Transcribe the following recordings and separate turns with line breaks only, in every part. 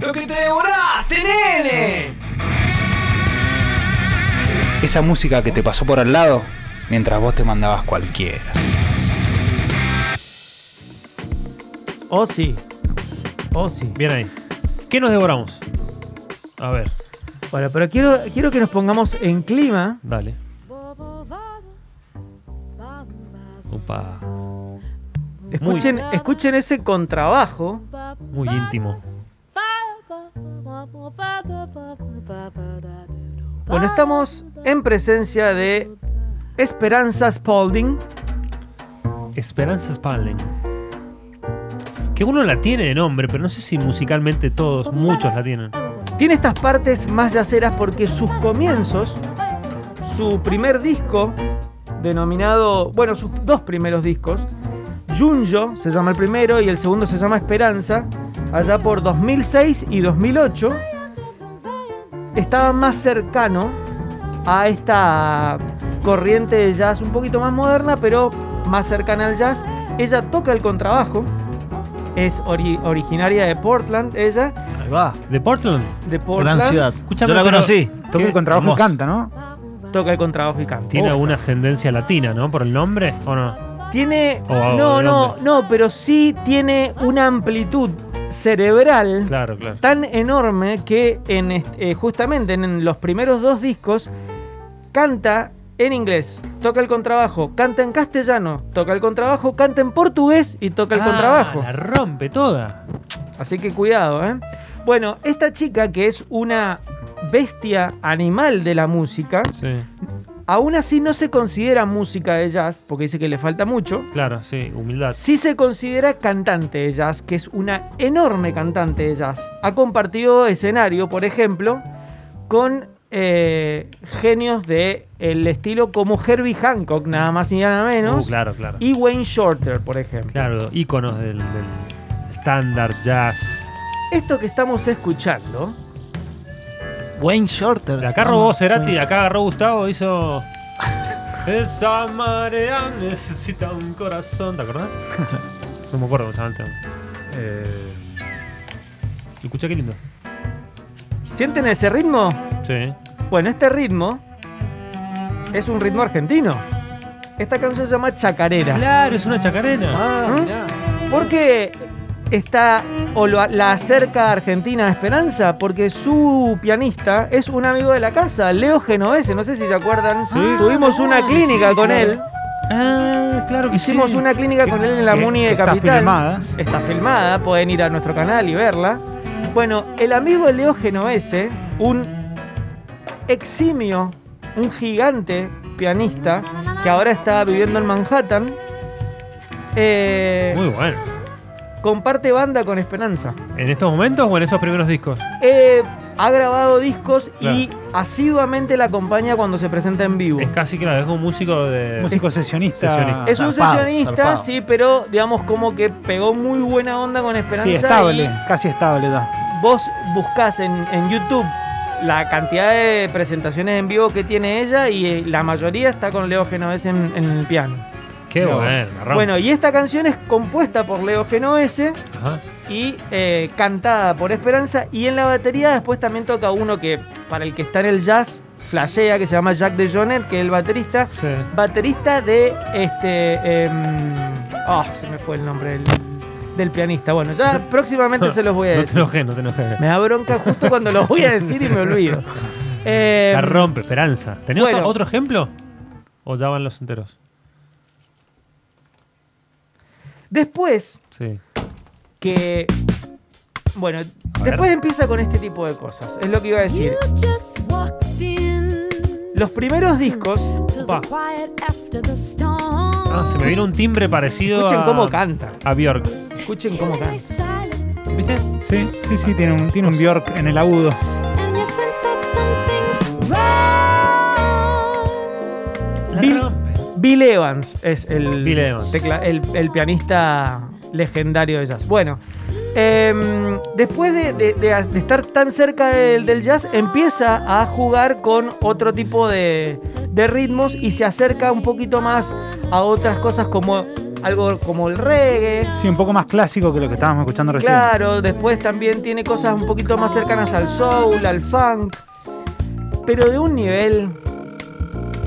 ¡Lo que te devoraste, nene!
Esa música que te pasó por al lado mientras vos te mandabas cualquiera.
Oh, sí. Oh, sí.
Bien ahí. ¿Qué nos devoramos? A ver,
Bueno, pero quiero, quiero que nos pongamos en clima.
dale.
Muy
Opa,
Escuchen, escuchen ese contrabajo.
muy íntimo.
Bueno, estamos en presencia de Esperanza Spalding.
Esperanza Spalding. Que uno la tiene de nombre, pero no sé si musicalmente todos, muchos la tienen.
Tiene estas partes más yaceras porque sus comienzos, su primer disco, denominado, bueno, sus dos primeros discos, Junjo se llama el primero y el segundo se llama Esperanza, allá por 2006 y 2008, estaba más cercano a esta corriente de jazz un poquito más moderna, pero más cercana al jazz. Ella toca el contrabajo, es ori- originaria de Portland, ella,
Ahí va.
¿De Portland?
de Portland.
Gran ciudad.
Escúchame,
Yo la
pero-
conocí.
¿Qué?
Toca el contrabajo y
Hermoso.
canta, ¿no?
toca el contrabajo y canta.
Tiene alguna ascendencia latina, ¿no? Por el nombre, ¿o no?
Tiene.
O a-
no,
o de
no,
hombre.
no, pero sí tiene una amplitud cerebral
Claro, claro.
tan enorme que en est- eh, justamente en, en los primeros dos discos canta en inglés, toca el contrabajo, canta en castellano, toca el contrabajo, canta en portugués y toca el
Ah,
contrabajo.
La rompe toda.
Así que cuidado, ¿eh? Bueno, esta chica que es una bestia animal de la música,
Sí,
aún así no se considera música de jazz, porque dice que le falta mucho.
claro, sí, humildad.
Sí se considera cantante de jazz, que es una enorme cantante de jazz. Ha compartido escenario, por ejemplo, con eh, genios del estilo como Herbie Hancock, nada más ni nada menos,
Uh, claro, claro.
y Wayne Shorter, por ejemplo.
Claro, íconos del estándar jazz.
Esto que estamos escuchando,
Wayne Shorter.
De acá robó Cerati, de acá agarró Gustavo, hizo. Esa marea necesita un corazón, ¿te acordás?
Sí.
No me acuerdo cómo se llama el tema. Escucha qué lindo.
¿sienten ese ritmo?
Sí.
Bueno, este ritmo es un ritmo argentino. Esta canción se llama Chacarera.
Claro, es una chacarena.
Ah,
¿Mm?
mirá.
Porque está o lo- la acerca a Argentina a Esperanza, porque su pianista es un amigo de la casa, Leo Genovese, no sé si se acuerdan,
Ah,
tuvimos una clínica con él,
Ah, claro que
hicimos
sí.
una clínica con él en la
Que-
Muni de
que está
Capital.
filmada. ¿eh?
Está filmada, pueden ir a nuestro canal y verla. Bueno, el amigo de Leo Genovese, un eximio, un gigante pianista que ahora está viviendo en Manhattan, eh,
Muy bueno.
comparte banda con Esperanza.
¿En estos momentos o en esos primeros discos?
Eh, ha grabado discos y
Claro.
asiduamente la acompaña cuando se presenta en vivo.
Es casi claro, es un músico de.
Músico sesionista.
Sesionista.
Es un
Eh, Zarpado,
sesionista,
zarpado.
sí, pero digamos como que pegó muy buena onda con Esperanza.
Sí, estable, casi estable ya.
y vos buscás en, en YouTube la cantidad de presentaciones en vivo que tiene ella y eh, la mayoría está con Leo Genovese en, en el piano.
Qué bueno, la rompe.
Bueno, y esta canción es compuesta por Leo Genovese
Ajá.
y eh, cantada por Esperanza. Y en la batería después también toca uno que, para el que está en el jazz, flashea, que se llama Jack de Jonet, que es el baterista.
Sí.
Baterista de este... em, ah, se me fue el nombre del, del pianista. Bueno, ya próximamente se los voy a
No te
decir.
enojes, no te enojes.
Me da bronca justo cuando los voy a decir y me olvido. Em,
La rompe, esperanza. ¿Tenés
bueno.
otro, otro ejemplo? ¿O ya van los enteros?
después
Sí.
que... Bueno,
A ver.
después empieza con este tipo de cosas. Es lo que iba a decir. Los primeros discos...
Pa. Ah, se me vino un timbre parecido
Escuchen
a,
cómo canta.
a Björk.
Escuchen cómo canta.
¿Viste?
Sí, sí, sí, tiene un, tiene un Bjork en el agudo.
La
Bill-
rompe.
Bill Evans es el,
Bill Evans.
tecla- el, el pianista legendario de jazz. Bueno, em, después de, de- de- de estar tan cerca del, del jazz, empieza a jugar con otro tipo de, de ritmos y se acerca un poquito más a otras cosas como algo como el reggae.
Sí, un poco más clásico que lo que estábamos escuchando recién.
Claro, después también tiene cosas un poquito más cercanas al soul, al funk, pero de un nivel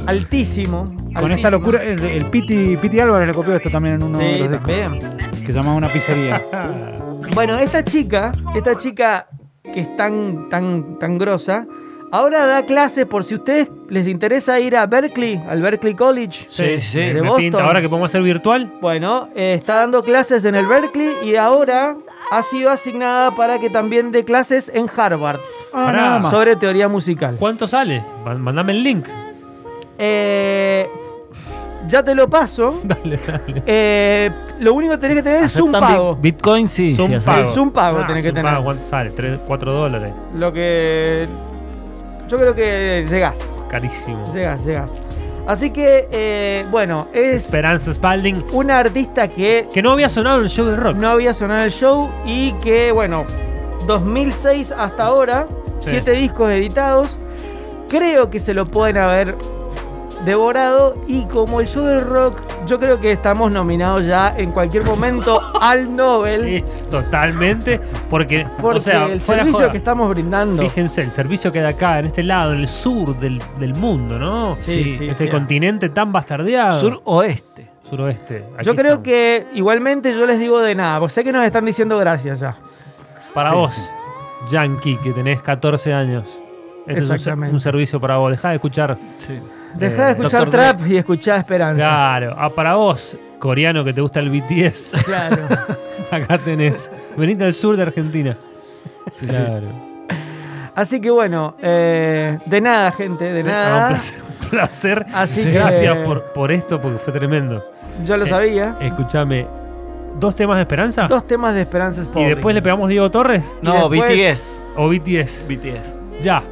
altísimo.
Con
altísimo.
esta locura, el, el Piti, Piti Álvarez le copió esto también en uno de
Sí,
los discos,
también.
que se llamaba Una pizzería.
Ah,
Bueno, esta chica, esta chica que es tan, tan, tan grosa, ahora da clases por si a ustedes les interesa ir a Berkeley, al Berkeley College.
Sí,
sí.
me
De
pinta.
Boston.
Ahora que podemos hacer virtual,
Bueno, eh, está dando clases en el Berkeley y ahora ha sido asignada para que también dé clases en Harvard
Ah,
Pará.
nada más.
sobre teoría musical.
¿cuánto sale? Ma- Mandame el link.
Eh, ya te lo paso.
Dale, dale.
Eh, lo único que tenés que tener es un
¿Aceptan
pago.
bit- Bitcoin sí,
Zoom
sí, aceptan.
Es un pago tenés que
Zoom
tener.
Ah, pago, ¿Cuánto sale? ¿3, 4 dólares?
Lo que. Yo creo que llegás.
Carísimo.
Llegás, llegás. Así que, eh, bueno, es
Esperanza Spalding,
una artista que
que no había sonado en el show del rock.
no había sonado en el show y que, bueno, 2006 hasta ahora,
Sí.
siete discos editados. Creo que se lo pueden haber devorado. Y como el show del rock, yo creo que estamos nominados ya en cualquier momento al Nobel.
Sí, totalmente. Porque,
Porque
o sea,
el
fuera
servicio
joda.
que estamos brindando.
Fíjense, el servicio que da acá, en este lado, en el sur del, del mundo, ¿no?
Sí, sí,
este
sí.
continente tan bastardeado.
Sur oeste.
Suroeste. Aquí
yo creo
estamos.
que igualmente yo les digo de nada, porque sé que nos están diciendo gracias ya.
Para vos, Yankee, que tenés 14 años. Este es un ser- un,
Exactamente.
servicio para vos. Dejá de escuchar.
Deja de
Eh,
escuchar
Dr.
trap y escuchá esperanza.
Claro. Ah, para vos, coreano que te gusta el BTS.
Claro.
Acá tenés. Venite al sur de Argentina.
Sí, sí.
claro.
Así que bueno, eh, de nada, gente, de
Ah, un
nada.
placer. un placer.
Así que-
Gracias por, por esto, porque fue tremendo.
Yo lo
Eh,
sabía.
Escúchame. ¿Dos temas de esperanza?
Dos temas de esperanza
¿Y
Spalding.
después le pegamos Diego Torres
No,
después-
BTS.
o BTS?
BTS.
Ya.